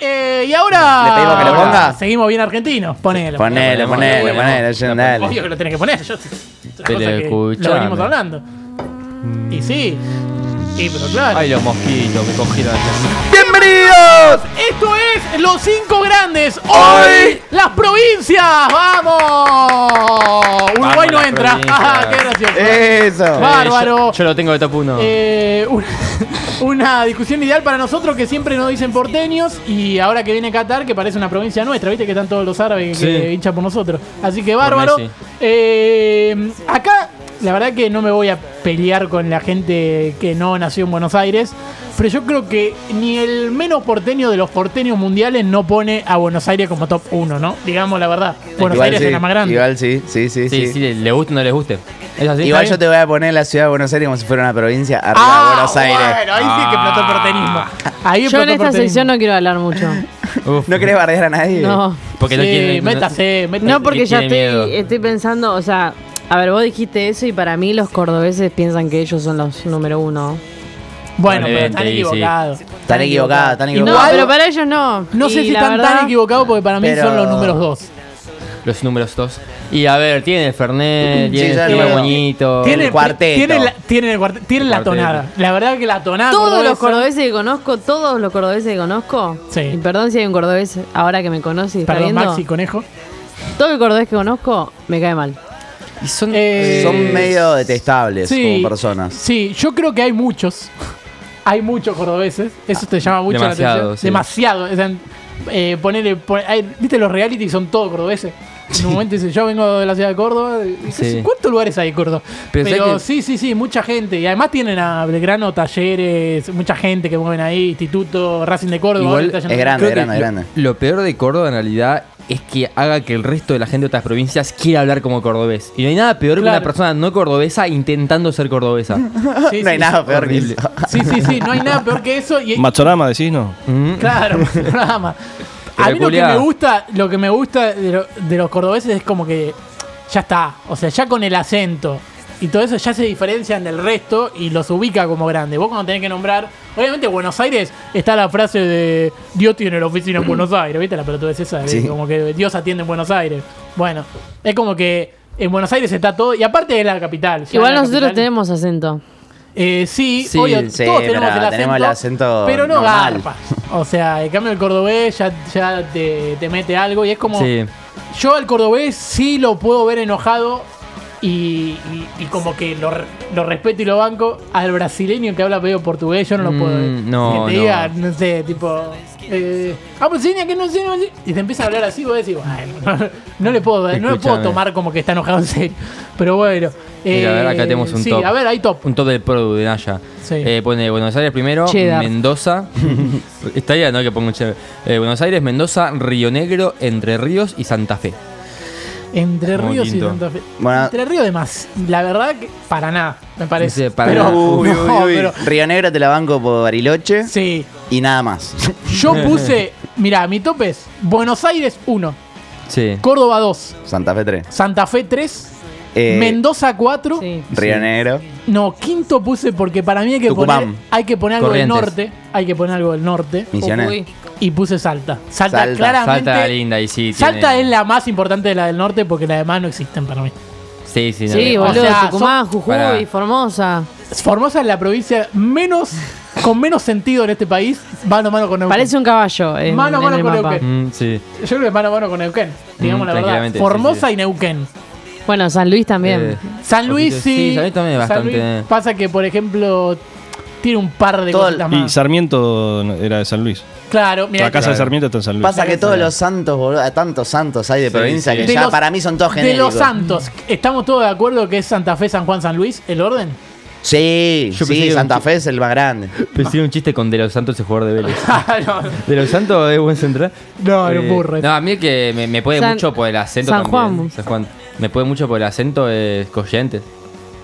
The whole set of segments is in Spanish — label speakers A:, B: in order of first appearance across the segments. A: Eh, y ahora.
B: ¿Le pedimos que lo ponga?
A: Ah, Seguimos bien argentinos. Ponelo.
B: Ponele, ponele,
C: bueno,
B: ponele,
C: bueno.
B: dale.
A: Obvio que lo tenés que poner. Yo,
C: Pero
A: cosa que
C: escuchame.
A: Lo venimos hablando. Y sí. Y pero claro.
C: Ay, los mosquitos me cogieron.
B: ¡Bienvenidos!
A: Esto es Los Cinco Grandes. Hoy, las provincias. ¡Vamos! Uruguay
C: Vamos,
A: no
C: las
A: entra.
C: provincias.
A: Ajá, qué gracioso.
B: Eh, Eso.
A: Va. Bárbaro.
C: Yo,
B: eh,
C: yo lo tengo de top 1.
A: Eh, una, una discusión ideal para nosotros que siempre nos dicen porteños y ahora que viene Qatar, que parece una provincia nuestra, viste que están todos los árabes que- que
C: Sí.
A: hinchan por nosotros. Así que bárbaro.
C: Messi.
A: Eh, acá, la verdad que no me voy a pelear con la gente que no nació en Buenos Aires, pero yo creo que ni el menos porteño de los porteños mundiales no pone a Buenos Aires como top 1, ¿no? Digamos la verdad. Buenos
B: Igual
A: Aires
B: sí,
A: es la más grande.
B: Igual sí, sí, sí.
C: Sí,
B: sí.
C: sí, le- le guste o no le guste. ¿Es así?
B: Igual
C: ¿Está
B: yo te voy a poner la ciudad de Buenos Aires como si fuera una provincia arriba
A: Ah,
B: de Buenos Aires. Ah.
A: Bueno, ahí sí que explotó el porteñismo. Ahí
D: Yo
A: explotó
D: en
A: el
D: esta
A: porteñismo.
D: sección no quiero hablar mucho.
C: bien? Uf,
B: ¿No querés bardear a nadie?
D: No.
C: Porque no
A: Sí,
C: quiere. no-
A: métase, métase.
D: No, porque ya
C: tiene miedo.
D: estoy, estoy pensando, o sea, a ver, vos dijiste eso y para mí los cordobeses piensan que ellos son los número uno.
A: Bueno, pero
C: Probablemente,
A: están
C: ahí sí.
A: equivocados.
B: Están equivocados, están
D: Y no,
B: equivocados.
D: pero para ellos no.
A: No sé
D: Y
A: si
D: la
A: están
D: verdad-
A: tan equivocados porque para mí
B: Pero-
A: son los números dos.
C: Los números 2. Y a ver, tiene el Fernet, tiene
B: ya
C: el
B: lo
C: Tino
B: veo.
C: Bonito.
A: Tienen-
B: cuarteto.
A: Tienen la, tienen el cuarte- tienen la
C: Cuarteto.
A: tonada. La verdad que la tonada.
D: Todos los
A: cordobesa-
D: cordobeses que conozco, todos los cordobeses que conozco,
A: Sí.
D: y perdón si hay un cordobés ahora que me conoce y está
A: Perdón,
D: viendo,
A: Maxi Conejo.
D: todo el cordobés que conozco me cae mal.
C: Y son.
A: Eh,
B: Son medio detestables
A: sí,
B: como personas.
A: Sí, yo creo que hay muchos. Hay muchos cordobeses. Eso te llama mucho la
C: Demasiado,
A: atención.
C: sí.
A: Demasiado. O sea, eh, ponele, pon- hay- ¿Viste los reality son todos cordobeses? En un momento dice, yo vengo de la ciudad de Córdoba. Y
C: Sí.
A: dice, ¿Cuántos lugares hay en Córdoba? Pero,
C: Pero sé que-
A: sí, sí, sí, mucha gente. Y además tienen a Belgrano, talleres, mucha gente que mueven ahí, instituto, Racing de Córdoba. ahora
C: Igual
A: está yendo-
B: es grande.
C: creo que
B: grande,
C: lo-
B: grande.
C: Lo peor de Córdoba en realidad es que haga que el resto de la gente de otras provincias quiera hablar como cordobés. Y no hay nada peor que
A: Claro.
C: una persona no cordobesa intentando ser cordobesa.
A: Sí,
B: no hay
A: sí,
B: nada peor que
C: horrible.
B: eso.
A: Sí, sí, sí, no hay nada peor que eso. Y,
E: Machorama, decís, ¿no?
C: Mm.
A: Claro, nada más. A mí lo que me
C: Peculiar.
A: gusta, lo que me gusta de, lo- de los cordobeses es como que ya está, o sea, ya con el acento y todo eso ya se diferencian del resto y los ubica como grande. Vos cuando tenés que nombrar, obviamente Buenos Aires está la frase de Dios tiene la oficina en Buenos Aires, ¿viste? La pelotudez esa, de
B: Sí.
A: como que Dios atiende en Buenos Aires. Bueno, es como que en Buenos Aires está todo y aparte es la capital. ya
D: Igual
A: la
D: nosotros
A: capital-
D: tenemos acento.
A: eh, sí,
C: Sí,
A: obvio,
B: sí,
A: todos tenemos,
B: pero
A: el acento,
B: tenemos el acento
A: Pero no
B: normal.
A: garpa. O sea, el cambio del cordobés ya, ya te, te mete algo y es como.
C: Sí.
A: Yo al cordobés sí lo puedo ver enojado y, y- y como que lo, re- lo respeto y lo banco. Al brasileño que habla medio portugués, yo no lo puedo ver.
C: Mm, no,
A: que te
C: no.
A: diga, no sé, tipo. Eh, ah, pues sí, que no sé, no sé. Y te empieza a hablar así, vos decís, bueno, no, le puedo, no le puedo
C: Escúchame.
A: tomar como que está enojado en serio. Pero bueno. eh,
C: Mira, a ver, acá tenemos un
A: sí,
C: top.
A: a ver, hay top.
C: Un top del Produ de Naya.
A: Sí.
C: Eh, pone Buenos Aires primero,
D: Cheddar.
C: Mendoza. Estaría, ¿no? Que ponga un cheddar. Eh, Buenos Aires, Mendoza, Río Negro, Entre Ríos y Santa Fe.
A: Entre
C: Como
A: Ríos y
C: quinto.
A: Santa Fe.
B: Bueno.
A: Entre Ríos de más. La verdad que para nada, me parece.
C: Sí, para
A: pero,
C: nada.
B: Uy, uy,
A: no,
B: uy.
A: pero-
B: Río Negro te la banco por Bariloche
A: sí.
B: y nada más.
A: Yo puse, mira, mi tope es Buenos Aires 1,
C: Sí.
A: Córdoba 2,
B: Santa Fe 3.
A: Santa Fe 3,
B: Eh,
A: Mendoza 4.
D: Sí.
B: Río Negro.
A: No, quinto puse porque para mí hay que
B: Tucumán.
A: poner hay que poner algo del
C: Corrientes.
A: norte, hay que poner algo del norte
B: Misiones.
D: Uy.
A: y puse Salta. Salta,
B: Salta.
A: claramente.
C: Salta linda y sí.
A: Salta
C: tiene-
A: es la más importante de la del norte porque las demás no existen para mí.
C: Sí, sí, no,
D: Sí,
C: no.
A: o
D: boludo,
A: sea,
D: Tucumán, Jujuy,
C: Pará.
D: Formosa.
A: Formosa es la provincia menos con menos sentido en este país, mano a mano con Neuquén.
D: Parece un caballo en,
A: Mano a
D: en
A: mano
D: el
A: con
D: mapa.
A: Neuquén.
C: Mm, sí.
A: Yo creo que mano a mano con Neuquén, digamos
C: Mm,
A: la verdad.
C: tranquilamente,
A: Formosa
C: sí, sí.
A: y Neuquén.
D: Bueno, San Luis también.
C: Eh,
A: San Luis
C: Poquito,
A: sí.
C: sí, San Luis también es
A: San Luis
C: bastante-
A: pasa que, por ejemplo, tiene un par de
B: Todo
A: cositas
E: Y
A: más.
E: Sarmiento era de San Luis.
A: Claro, mira.
E: La casa de
C: claro.
E: Sarmiento está en San Luis.
B: Pasa que todos los santos, boludo, tantos santos hay de
C: Sí,
B: provincia
C: sí.
B: que
A: De
B: ya
A: los-
B: para mí son todos
A: De
B: genéricos.
A: los Santos, ¿estamos todos de acuerdo que es Santa Fe, San Juan, San Luis, el orden?
B: Sí,
C: Yo pensé
B: sí,
C: que-
B: Santa Fe es el más grande.
C: Pensé en un chiste con De los Santos, el jugador de Vélez.
A: no,
C: ¿De los Santos es buen central? Eh,
A: No, era un burro ese.
C: No, a mí el que me, me puede
D: San-
C: mucho por el acento
D: San
C: también.
D: Juan.
C: San Juan. Me puede mucho por el acento es Corrientes.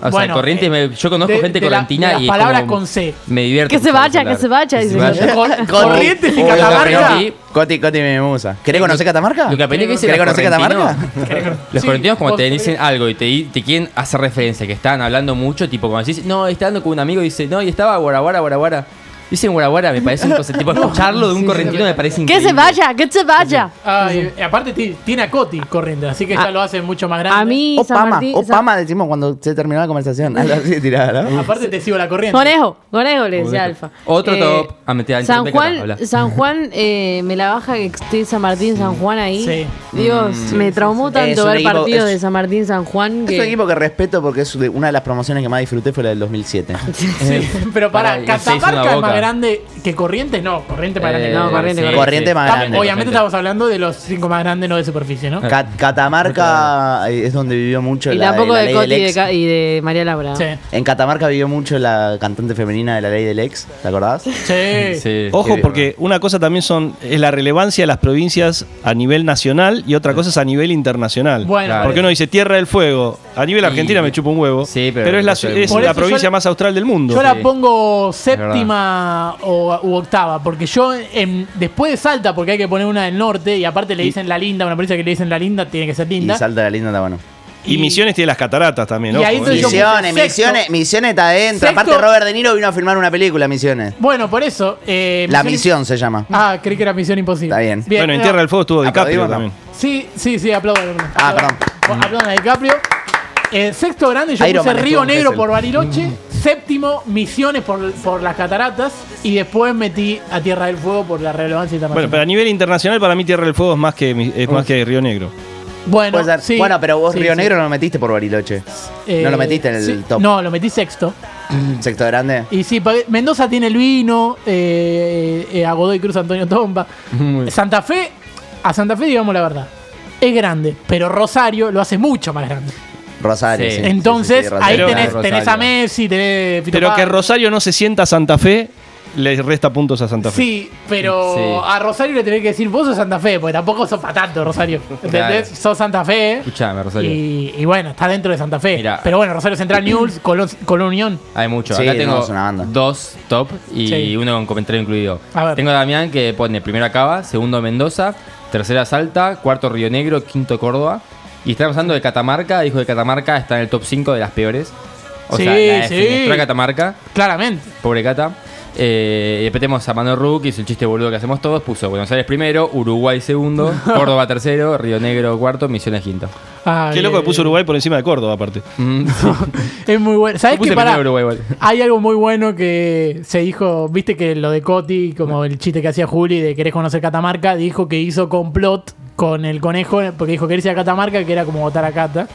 C: O
A: Bueno,
C: sea, Corrientes,
A: eh,
C: me- yo conozco
A: de-
C: gente
A: de la-
C: correntina
A: de las
C: y. es
A: palabras
C: como-
A: con C.
C: Me divierte.
D: Que se
C: escucharlos
D: vaya, que
C: hablar.
D: se vaya,
C: Que se
D: dice
C: vaya.
D: Cor-
A: Corrientes y
B: Oh,
A: Catamarca.
C: Catamarca.
B: Coti, Coti, mi musa. ¿Querés conocer Catamarca?
C: Lo que aprendí que
B: ¿Querés
C: dicen los
B: conocer Catamarca?
C: correntinos-
A: Sí,
C: Los correntinos cuando
A: vos-
C: te dicen algo y te, di- te quieren hacer referencia, que están hablando mucho, tipo cuando decís, no, está hablando con un amigo y dice, no, y estaba guara guara guara guara. Dicen guaraguara, me parece un cosa- tipo escucharlo de un correntino me parece
D: ¡Que
C: increíble.
D: se vaya! ¡Que se vaya!
A: Ah, y- y aparte ti- tiene a Coti corriente, así que ya
D: A-
A: lo hace mucho más grande.
D: A mí,
B: O
D: San
B: Pama,
D: Martín-
B: o
D: San-
B: Pama decimos cuando se terminó la conversación. Algo así tirada, ¿no?
A: Aparte te sigo la corriente.
D: Conejo, conejo le decía
C: Conejo.
D: Alfa. Eh,
C: Otro top. Ah, metí a
D: San
C: Internet, habla.
D: Juan, San Juan eh, me la baja que esté San Martín, San Juan ahí.
A: Sí.
D: Dios, me traumó
B: Es
D: tanto
B: un
D: ver
B: equipo-
D: partidos
B: es-
D: de San Martín, San Juan.
B: Es un
D: Que...
B: equipo que respeto porque es de- una de las promociones que más disfruté fue la del 2007.
A: Sí, pero
C: Pará,
A: para
C: y se hizo una
A: Catamarca es más
C: boca.
A: grande que Corrientes, Este no, Corrientes más grande.
C: Eh,
A: que-
D: no, corriente,
C: sí,
B: corriente
C: sí.
B: más grande.
A: Obviamente estamos hablando de los cinco más grandes, no de superficie, ¿no?
B: Ca- Catamarca eh, es donde vivió mucho
D: Y
B: la,
D: tampoco
B: la
D: de
B: ley
D: Coti
B: del
D: y de
B: ex.
D: Ca- y de María Laura.
A: Sí.
B: En Catamarca vivió mucho la cantante femenina de la ley del ex, ¿te acordás?
A: Sí.
C: Sí.
E: Ojo,
B: Qué
E: porque una cosa también son es la relevancia de las provincias a nivel nacional y otra cosa es a nivel internacional.
A: Bueno,
E: porque uno dice Tierra del Fuego, a nivel
C: Y-
E: argentina me chupa un huevo,
C: Sí, pero-
E: pero, es la, es
C: Por
E: la
A: eso
E: provincia
A: yo-
E: más austral del mundo.
A: Yo la
C: Sí.
A: pongo séptima o, u octava, porque yo en- después de Salta, porque hay que poner una del norte, y aparte le dicen la linda, una provincia que le dicen la linda, tiene que ser
B: Y
A: linda.
B: Salta de la Linda está bueno.
E: y, Misiones tiene las cataratas también,
A: Y
E: ojo,
A: ahí
E: eh.
A: estoy yo-
B: Misiones,
A: puse
B: Misiones,
A: sexto.
B: Misiones está adentro.
A: Sexto.
B: Aparte Robert De Niro vino a filmar una película, Misiones.
A: Bueno, por eso. eh,
B: La
A: Misiones-
B: misión se llama.
A: Ah, creí que era Misión Imposible.
B: Está bien.
E: Bueno, en
A: eh,
E: Tierra del Fuego estuvo DiCaprio
B: ¿Aplaudimos,
E: también.
B: no?
A: Sí, sí, sí, aplaudo.
B: Ah,
A: Aplaudo. Aplaudan a DiCaprio. Eh, sexto grande, yo
B: Iron
A: puse
B: Man estuvo Mm.
A: Río
B: en
A: Negro
B: Gesell.
A: por Bariloche. Séptimo, Misiones por, por las cataratas. Y después metí a Tierra del Fuego por la relevancia
E: Bueno,
A: internacional.
E: pero a nivel internacional para mí Tierra del Fuego es más que, mi- es más que Río Negro.
A: bueno,
B: Puede ser.
A: sí,
B: bueno, pero vos
A: sí,
B: Río
A: sí.
B: Negro no lo metiste por Bariloche.
A: Eh,
B: no lo metiste en el
A: sí,
B: top.
A: No, lo metí sexto.
B: Sector grande.
A: Y Mm. sí, pa- Mendoza tiene el vino, eh, eh, a Godoy Cruz Antonio Tomba. Santa Fe, a Santa Fe digamos la verdad, es grande, pero Rosario lo hace mucho más grande.
B: Rosario.
C: Sí.
B: sí, sí,
A: Entonces,
B: sí, sí, Rosario.
A: ahí
E: Pero-
A: tenés,
C: Rosario.
A: tenés a Messi, tenés Fito
E: Pero que
A: Páez.
E: Rosario no se sienta Santa Fe, le resta puntos a Santa Fe.
A: Sí, pero
C: Sí.
A: a Rosario le tenés que decir, vos sos Santa Fe, porque tampoco sos para tanto, Rosario. ¿Entendés?
C: Claro.
A: Sos Santa Fe.
C: Escuchame, Rosario.
A: Y, y bueno, está dentro de Santa Fe.
C: Mirá.
A: Pero bueno, Rosario Central News, Colón, Colón Unión.
C: Hay mucho.
B: Sí,
C: Acá tengo
B: tenemos una banda.
C: dos top y
A: Sí.
C: uno con comentario incluido.
A: A ver.
C: Tengo a Damián que pone primero a Cava, segundo a Mendoza, tercera a Salta, cuarto Río Negro, quinto Córdoba. Y está pasando de Catamarca, dijo que Catamarca está en el top 5 de las peores. O
A: Sí,
C: sea, la
A: sí.
C: defenestró a Catamarca,
A: Claramente.
C: pobre Cata. Eh, y después tenemos a Manuel Ruc, que hizo el chiste boludo que hacemos todos. Puso Buenos Aires primero, Uruguay segundo, Córdoba tercero, Río Negro cuarto, Misiones quinto.
A: Ah,
E: Qué loco
A: bien.
E: que puso Uruguay por encima de Córdoba, aparte.
C: Mm,
A: Es muy bueno. ¿Sabes
C: Yo puse
A: qué? Pará,
C: primero Uruguay igual.
A: Hay algo muy bueno que se dijo, viste que lo de Coti, como el chiste que hacía Juli de querés conocer Catamarca, dijo que hizo complot con el conejo, porque dijo que irse a Catamarca, que era como votar a Cata.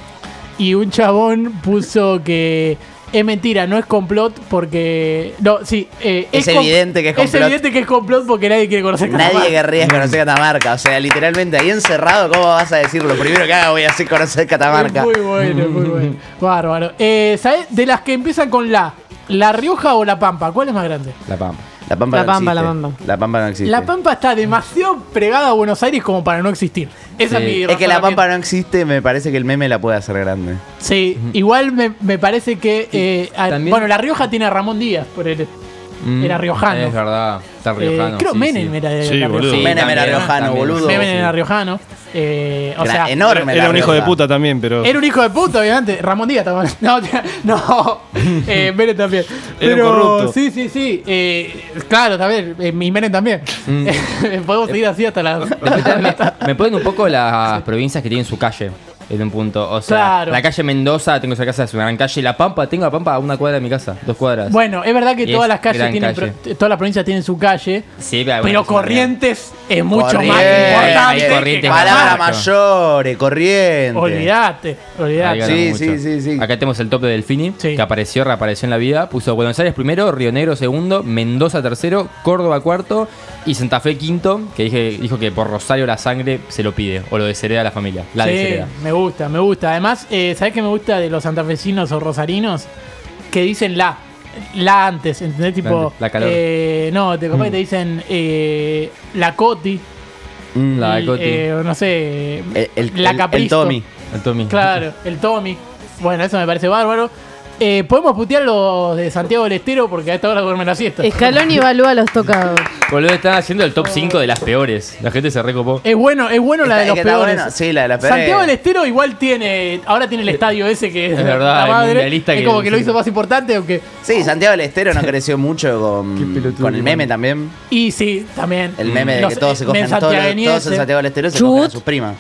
A: Y un chabón puso que es mentira, no es complot porque... No, sí, eh,
B: Es
A: com-
B: evidente que es complot.
A: Es evidente que es complot porque nadie quiere conocer Catamarca.
B: Nadie querría conocer Catamarca. O sea, literalmente ahí encerrado, ¿cómo vas a decir? Lo primero que haga voy a hacer conocer Catamarca.
A: Es muy bueno, es muy bueno. Bárbaro. Eh, ¿Sabes? De las que empiezan con la, ¿La Rioja o La Pampa? ¿Cuál es más grande?
C: la Pampa.
B: La Pampa
D: La
B: no
D: Pampa,
B: existe.
D: la Pampa.
B: La Pampa no existe.
A: La Pampa está demasiado pregada a Buenos Aires como para no existir. Esa
C: Sí.
A: es mi
B: es que la Pampa
A: razonamiento.
B: no existe, me parece que el meme la puede hacer grande.
A: Sí, igual me, me parece que. eh, a-
C: también-
A: bueno, La Rioja tiene a Ramón Díaz, por él.
C: Mm,
A: Era riojano.
C: Es verdad, está riojano.
A: Eh, creo
C: sí,
A: Menem
C: sí.
A: era de
E: Sí,
A: La Rioja.
E: boludo.
C: Sí,
B: Menem era
C: también,
B: riojano,
C: también.
B: boludo.
A: Menem
B: sí.
A: era riojano. Eh, o
B: Gran-
A: sea,
B: enorme. la
E: Era un hijo de
B: Rioja.
E: puta también, pero.
A: era un hijo de puta, obviamente. Ramón Díaz estaba. No, tía, no. Eh, Menem también.
E: Era un
A: Pero
E: corrupto.
A: sí, sí, sí. Eh, claro, también. eh, y Menem también.
C: Mm.
A: Podemos seguir así hasta la.
C: Después también me, me ponen un poco las provincias que tienen su calle en un punto. O sea,
A: Claro.
C: la calle Mendoza, tengo esa casa, es una gran calle. La Pampa, tengo la Pampa a una cuadra de mi casa, dos cuadras.
A: Bueno, es verdad que
C: Y
A: todas
C: es
A: las calles
C: gran
A: tienen
C: calle.
A: pro- todas las provincias tienen su calle,
C: Sí, pero, bueno,
A: pero
C: es una
A: Corrientes es mucho más
B: Corrientes,
A: importante.
C: Corrientes,
A: que
C: Catamarca.
B: Palabra
A: Catamarca.
B: mayores, corriente.
A: Olvídate,
C: gran- ahí
A: olvídate.
B: Sí,
C: ganamos
B: sí, sí, sí.
C: Acá tenemos el top de Delfini,
A: Sí.
C: que apareció, reapareció en la vida. Puso Buenos Aires primero, Río Negro segundo, Mendoza tercero, Córdoba cuarto y Santa Fe quinto, que dije, dijo que por Rosario la sangre se lo pide, o lo deshereda la familia. La
A: Sí,
C: deshereda.
A: me gusta, me gusta. Además, eh, ¿sabes qué me gusta de los santafesinos o rosarinos? Que dicen la. La antes, ¿entendés? Tipo.
C: La calor. Mm.
A: eh, no, te capaz que te dicen eh, la Coti.
B: Mm,
C: La
A: y,
C: Coti,
A: eh, o no sé.
B: El, el,
A: la
B: el- el
A: Capristo.
B: Tommy.
C: el Tommy.
A: Claro, el Tommy. Bueno, eso me parece bárbaro. Eh, Podemos putear los de Santiago del Estero porque a esta hora duermen la siesta.
D: Escalón y evalúa los tocados.
C: Boludo, están haciendo el top 5 de las peores. La gente se recopó.
A: Es bueno, es bueno la de
B: Está- es
A: los
B: que está
A: peores.
B: bueno. Sí, la de los peores.
A: Santiago del Estero igual tiene. Ahora tiene el estadio ese que es,
C: Eh, Es verdad,
A: la
C: el
A: madre.
C: mundialista
A: es
C: que-
A: como que lo hizo más importante, aunque.
B: Sí, Santiago del Estero no creció mucho con, con el meme también.
A: Y sí, también.
B: El meme de
A: Los,
B: que todos se
A: eh,
B: cogen, todos, los-
A: mensantiagueñenses.
B: todos en Santiago del Estero se
D: Chubut.
B: cogen a sus primas.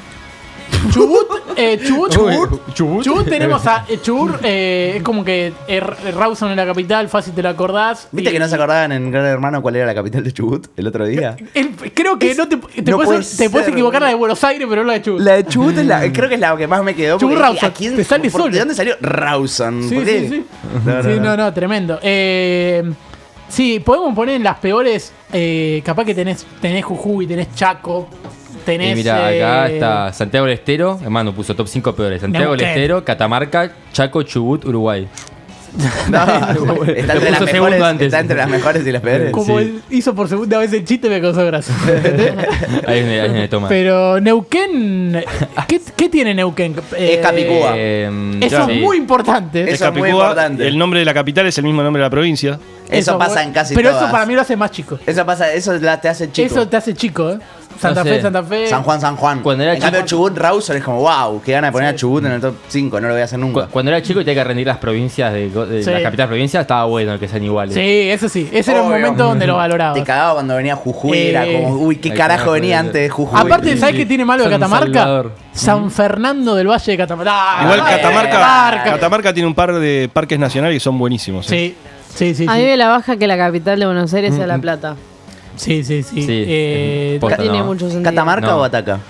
A: Chubut, eh, Chubut, Chubut,
C: Uy, Chubut.
A: Chubut tenemos a eh, Chubut, eh, es como que eh, R- Rawson en la capital, fácil te lo acordás.
B: ¿Viste
A: y-
B: que no se acordaban en Gran Hermano cuál era la capital de Chubut el otro día?
A: el- creo que no te, te
B: no
A: puedes,
B: puede
A: te puedes
B: ser,
A: equivocar
B: boludo.
A: la de Buenos Aires, pero no la de Chubut.
B: La de Chubut es la, creo que es la que más me quedó. porque
A: Chubut
B: dije,
A: Rawson,
B: ¿a quién-
A: te sale
B: por-
A: solo.
B: ¿De dónde salió Rawson?
A: sí,
B: ¿Por
A: sí,
B: qué?
A: sí,
B: No, no,
A: Sí,
B: no.
A: no, no, tremendo. Eh, sí, podemos poner en las peores, eh, capaz que tenés, tenés Jujuy, tenés Chaco, tenés...
C: Y mira, acá
A: eh,
C: está Santiago del Estero. Hermano, puso top 5 peores. Santiago del
A: Neuquén.
C: Estero, Catamarca, Chaco, Chubut, Uruguay.
B: No, está,
C: Lo
B: entre las
C: puso segundo
B: mejores,
C: antes.
B: está entre las mejores y las peores.
A: Como
C: sí.
A: él hizo por segunda vez el chiste, me causó gracia.
C: Ahí es donde- ahí es donde toma.
A: Pero Neuquén, ¿qué, qué tiene Neuquén?
B: Es Capicúa.
C: Eh,
A: Eso
C: sí.
A: es muy importante.
B: Es- Eso muy
E: Capicúa,
B: importante.
E: el nombre de la capital es el mismo nombre de la provincia.
B: Eso, pasa en casi
A: Pero
B: todas.
A: eso para mí lo hace más chico.
B: Eso pasa, eso la- te hace chico.
A: Eso te hace chico, ¿eh? Santa
C: No sé.
A: Fe, Santa Fe.
B: San Juan, San Juan.
C: Cuando era
B: en cambio,
C: chico-
B: Chubut, Rawson es como, wow, qué gana de poner a Chubut en el top 5, no lo voy a hacer nunca.
C: Cu- Cuando era chico y tenía que rendir las provincias de, go- de
A: Sí.
C: las capitales provincias, estaba bueno que sean iguales.
A: Sí, eso sí. Ese era un
B: Obvio.
A: momento donde lo valoraba.
B: Te cagaba cuando venía Jujuy, era
A: Eh.
B: como, uy, qué
C: Ay,
B: carajo
C: carajo,
B: venía
C: eh.
B: antes de Jujuy.
A: Aparte, ¿sabes qué tiene malo de
C: San
A: Catamarca?
C: Salvador.
A: San Fernando del Valle de Catamarca. Ah,
E: Igual
A: eh,
E: Catamarca,
A: Catamarca.
E: Catamarca tiene un par de parques nacionales que son buenísimos. ¿eh?
A: Sí, sí, sí.
D: A mí
A: sí.
D: me la baja que la capital de Buenos Aires sea La Plata.
A: Sí, sí, sí.
C: Sí,
A: Eh,
C: es posta.
D: Tiene
C: no.
D: mucho sentido.
B: ¿Catamarca
C: No.
B: o Ataca?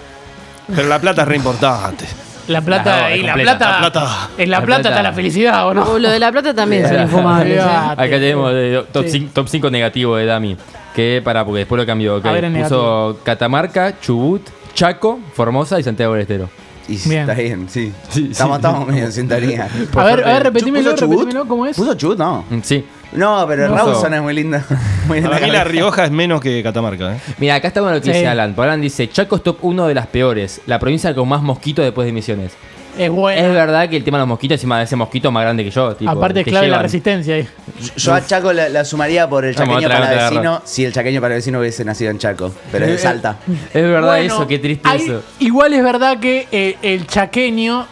E: Pero la plata es re importante.
A: la plata,
C: La-
A: y la
C: completa.
A: plata,
E: La plata.
A: En la
C: La
A: plata,
C: plata.
A: está la felicidad, ¿o no?
D: O lo de La Plata también son infumables. ¿eh?
A: Olvidate.
C: Acá tenemos eh, top,
A: Ah, Sí.
C: 5, negativo de Dami. Que para, porque después lo cambió. ok.
A: A ver, el
C: Puso Catamarca, Chubut, Chaco, Formosa y Santiago del Estero.
B: Y
A: Bien.
B: está bien, sí.
C: Sí, sí.
B: estamos, estamos medio en sintonía.
A: A ver, a ver, repetímelo,
B: ¿Puso Chubut?
A: repetímelo, ¿cómo es?
B: ¿Puso Chubut? No.
C: Mm, Sí.
B: No, pero
C: Puso-
B: Rawson es muy linda. Muy linda
E: Para mí
B: cabeza.
E: La Rioja es menos que Catamarca. ¿eh?
C: Mira, acá está una noticia
A: Sí.
C: de Alan. Por Alan dice: Chaco es top 1 de las peores. La provincia con más mosquitos después de Misiones.
A: Es bueno.
C: Es verdad que el tema de los mosquitos, encima de ese mosquito es más grande que yo. tipo,
A: Aparte es
C: que
A: clave la
C: llevan.
A: resistencia ahí.
B: Yo a Chaco la, la sumaría por el
C: Vamos,
B: chaqueño
C: otra,
B: para
C: otra,
B: vecino si el chaqueño para vecino hubiese nacido en Chaco, pero
A: Eh,
B: es de Salta.
C: Es verdad
A: Bueno,
C: eso, qué triste
A: hay-
C: eso.
A: Igual es verdad que eh, el chaqueño.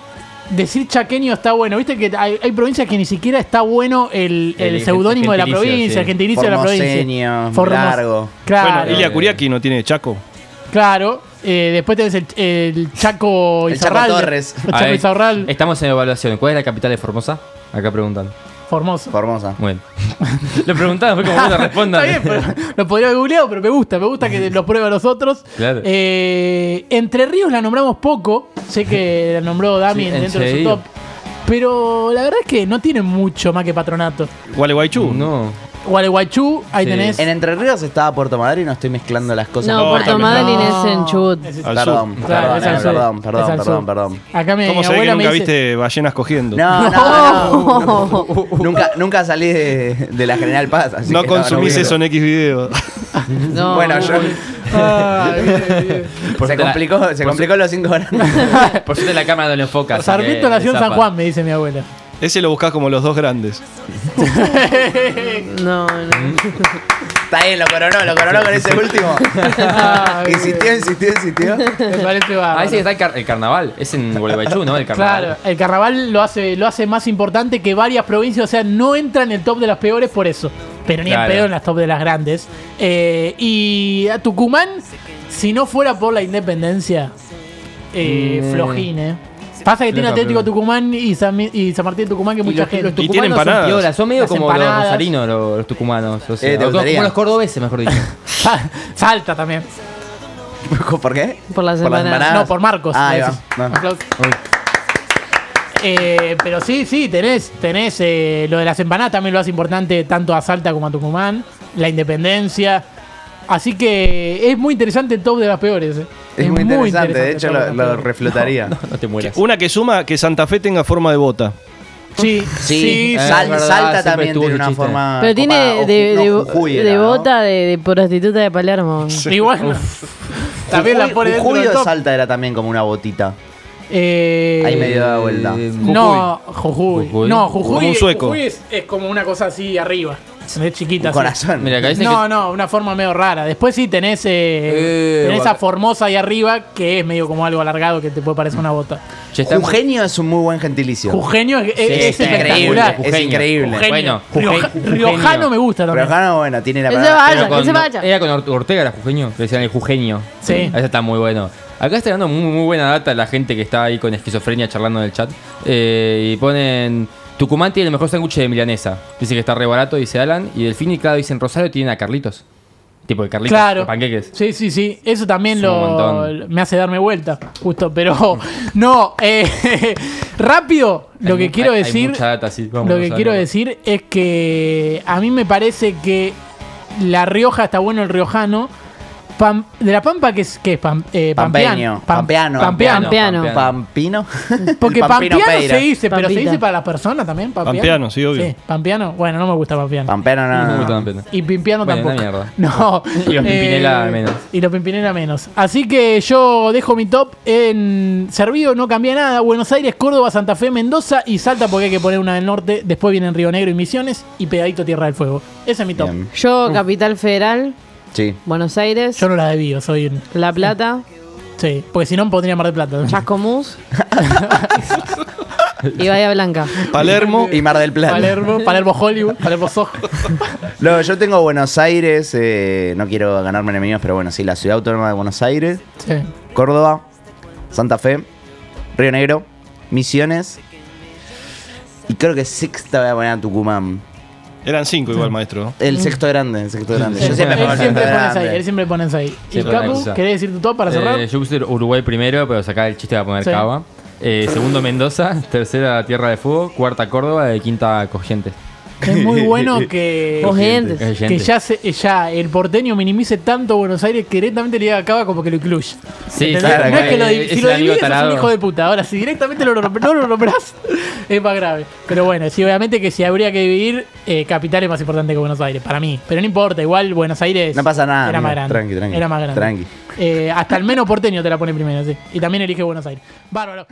A: Decir chaqueño está bueno. Viste que hay, hay provincias que ni siquiera está bueno el, el
C: El gen-
A: seudónimo de la
C: gentilicio,
A: provincia,
C: sí.
A: el gentilicio de la provincia.
B: Formoseño, largo.
A: Claro,
E: Bueno, Ilia Curiaki no tiene Chaco.
A: claro. Eh, después tenés el, el Chaco
B: El Chaco
A: Izarral.
B: Torres.
A: El
C: A
A: Chaco
C: ver,
A: Izarral.
C: Estamos en evaluación. ¿Cuál es la capital de Formosa? Acá preguntan.
A: Formoso.
B: Formosa.
C: Bueno. Le preguntaron, fue como Ah, bueno, respondan.
A: Está bien, pero lo podría haber googleado, pero me gusta, me gusta que lo prueben los otros.
C: Claro.
A: Eh, Entre Ríos la nombramos poco, sé que la nombró Dami
C: Sí,
A: dentro de su
C: Entre
A: top. Pero la verdad es que no tiene mucho más que patronato.
E: Gualeguaychú.
C: No.
A: Gualeguaychú, ahí
C: Sí.
A: tenés.
B: En Entre Ríos estaba Puerto Madryn, no estoy mezclando las cosas.
D: No,
E: No,
D: Puerto
E: no.
D: Madryn es en Chubut.
A: Es-
E: Al
B: Perdón,
E: sur.
A: claro,
B: perdón,
A: es al
B: eh,
A: sur,
B: perdón,
A: es
B: perdón,
A: al sur.
B: perdón, perdón.
A: Acá me,
E: ¿Cómo
A: mi
E: se ve que
A: abuela me
E: nunca
A: dice.
E: viste ballenas cogiendo?
B: No, no, no, no. nunca, nunca salí de, de la General Paz. así
E: No
B: que estaba
E: consumís
B: bien.
E: eso en X videos.
D: No.
B: Bueno, yo,
A: Ah, bien, bien.
B: se complicó, se complicó los cinco horas.
C: Por suerte la cámara no lo enfoca. así
A: Sarmiento
C: que
A: nació en
C: zapa.
A: San Juan, me dice mi abuela.
E: Ese lo buscás como los dos grandes.
B: Mm.
D: No, no.
B: Está bien, lo coronó, lo coronó con ese último.
A: Ah, bien,
B: Insistió, insistió, insistió.
A: Me parece bárbaro.
C: Ah, ese que está el, car- el carnaval. Es en Gualeguaychú, ¿no? El carnaval.
A: Claro, el carnaval lo hace, lo hace más importante que varias provincias, o sea, no entra en el top de las peores por eso, pero ni
C: Claro.
A: en pedo en las top de las grandes. Eh, y a Tucumán, si no fuera por la independencia, eh,
C: Mm.
A: flojín, eh. Pasa que tiene
C: Floja,
A: Atlético
C: floja.
A: Tucumán y San, Mi- y San Martín de Tucumán que
C: Y
A: mucha
C: los,
A: gente.
C: los
E: tiene
C: tucumanos son
E: empanadas.
C: piolas, son medio
A: Las
C: como los
A: empanadas.
C: rosarinos, los, los tucumanos. O sea,
B: Eh, ¿te
C: o como-
B: gustaría?
C: como los cordobeses, mejor dicho.
A: Sa- Salta también.
B: ¿Por qué?
D: Por las empanadas.
A: No, por Marcos.
B: Ah, ahí
A: me
B: va.
A: decís.
B: No.
A: Aplausos.
C: Uy.
A: Eh, pero sí, sí, tenés, tenés eh, lo de las empanadas también lo hace importante tanto a Salta como a Tucumán, la independencia. Así que es muy interesante el top de las peores. eh.
B: Es muy interesante, de
A: el
B: hecho
A: top
B: lo,
A: las
B: lo
A: peores.
B: reflotaría.
C: No te mueras.
E: Una que suma que Santa Fe tenga forma de bota.
A: Sí,
B: Sí,
A: sí,
C: eh,
A: sí.
B: Sal-
C: es verdad,
B: Salta
C: siempre
B: también
C: estuvo
B: tiene
C: ese
B: una
C: chiste.
A: Ah,
B: forma.
D: Pero tiene
B: copada.
D: de,
B: Ju-
D: de,
B: no, Jujuy era,
D: de
B: ¿no?
D: bota de, de prostituta de Palermo.
A: Y bueno, también la pone
B: Jujuy
A: dentro
B: Jujuy
A: del
B: o
A: top.
B: Salta era también como una botita.
A: Eh,
B: Ahí medio da vuelta.
C: Eh,
A: No, Jujuy.
C: Jujuy.
A: No, Jujuy,
E: Como un sueco.
A: Jujuy es, es como una cosa así arriba. Es chiquita.
B: Un
A: así.
B: corazón.
C: Mira, acá dicen
A: No,
C: que-
A: no, una forma medio rara. Después sí tenés, eh,
C: Eh,
A: tenés
C: va-
A: a Formosa ahí arriba, que es medio como algo alargado que te puede parecer una bota.
C: Che, está-
B: Jujeño es un muy buen gentilicio.
A: Jujeño es, es- es
B: está
A: espectacular.
B: increíble. Es increíble.
A: Jujeño.
C: Bueno,
A: Rioja-
C: Jujeño.
A: Riojano me gusta
B: Pero
A: también.
B: Jano, bueno, tiene la
D: Ese
B: palabra.
D: Vaya,
C: Pero
D: que se vaya.
C: Era con Or- Ortega, era jujeño. Le decían el jujeño.
A: Sí.
C: Ese está muy bueno. Acá está dando muy, muy buena data la gente que está ahí con esquizofrenia charlando en el chat. Eh, y ponen. Tucumán tiene el mejor sándwich de milanesa. Dice que está re barato, dice Alan. Y Delfini, claro, dicen Rosario tienen a Carlitos. Tipo de Carlitos,
A: Claro.
C: los panqueques.
A: Sí, sí, sí. Eso también
C: Es un
A: lo
C: montón.
A: me hace darme vuelta, justo. Pero no, eh, rápido, lo
C: Hay
A: que
C: mu-
A: quiero
C: hay- hay
A: decir.
C: mucha data, sí, vamos,
A: Lo que
C: Rosario.
A: quiero decir es que a mí me parece que La Rioja está bueno el riojano. Pam- de la Pampa, que es? ¿Qué es? Pam- eh, Pampeán.
B: Pampeño,
A: Pam-
B: pampeano.
A: Pampeano.
D: Pampeano.
B: Pampino.
A: Porque
B: El
A: Pampeano
B: Peira.
A: se dice, pero se
D: Pampita.
A: dice para las personas también. Pampeano,
E: Pampeano, sí, obvio.
A: Pampeano. Bueno, no me gusta Pampeano.
B: Pampeano no, no,
C: Muy
B: no.
C: tan-
A: Y Pimpiano
C: Bueno,
A: tampoco.
C: una mierda.
A: No. Eh,
C: Y los Pimpinela menos.
A: Y los Pimpinela menos. Así que yo dejo mi top en Servido, no cambié nada. Buenos Aires, Córdoba, Santa Fe, Mendoza y Salta porque hay que poner una del norte. Después vienen Río Negro y Misiones y pegadito Tierra del Fuego. Ese es mi top.
B: Bien.
D: Yo, Capital Federal,
B: Sí.
D: Buenos Aires,
A: Yo no la debío, soy un...
D: La Plata,
A: Sí, porque si no me pondría Mar del Plata.
D: Chascomús y Bahía Blanca.
E: Palermo.
B: Y Mar del Plata.
A: Palermo, Palermo Hollywood, Palermo Soho.
B: No, yo tengo Buenos Aires, eh, no quiero ganarme enemigos, pero bueno, sí, la ciudad autónoma de Buenos Aires,
A: Sí.
B: Córdoba, Santa Fe, Río Negro, Misiones. Y creo que sexta voy a poner a Tucumán.
E: Eran cinco igual, maestro.
A: Mm.
B: El sexto grande, el sexto grande.
A: Él
B: Yo siempre pongo
A: él
B: el
A: siempre
B: sexto
A: pones ahí, él
B: grande.
A: siempre pones ahí. Y
C: Siempre
A: Capu,
C: pones ahí.
A: ¿querés decir tu top para cerrar?
C: Eh, yo puse Uruguay primero, pero sacar el chiste va a poner
A: Sí.
C: Cava. Eh, segundo Mendoza, tercera Tierra de Fuego, cuarta Córdoba y quinta Cogientes.
A: Es muy bueno que...
D: Corrientes.
A: Que ya, se, ya el porteño minimice tanto Buenos Aires que directamente le acaba como que lo incluye.
C: Sí,
A: ¿Entendés?
C: claro,
A: no es que lo,
C: es-
A: divi-
C: es
A: si
C: el
A: lo
C: amigo
A: divides es un
C: tarado.
A: hijo de puta. Ahora, si directamente lo nom- no lo nombrás, es más grave. Pero bueno, sí, obviamente que si habría que dividir, eh, Capital es más importante que Buenos Aires, para mí. Pero no importa, igual Buenos Aires
B: No pasa nada,
A: era
B: amigo.
A: más grande.
B: Tranqui, tranqui.
A: Era más grande.
B: Tranqui.
A: Eh, hasta el menos porteño te la pone primero, sí. Y también elige Buenos Aires. Bárbaro.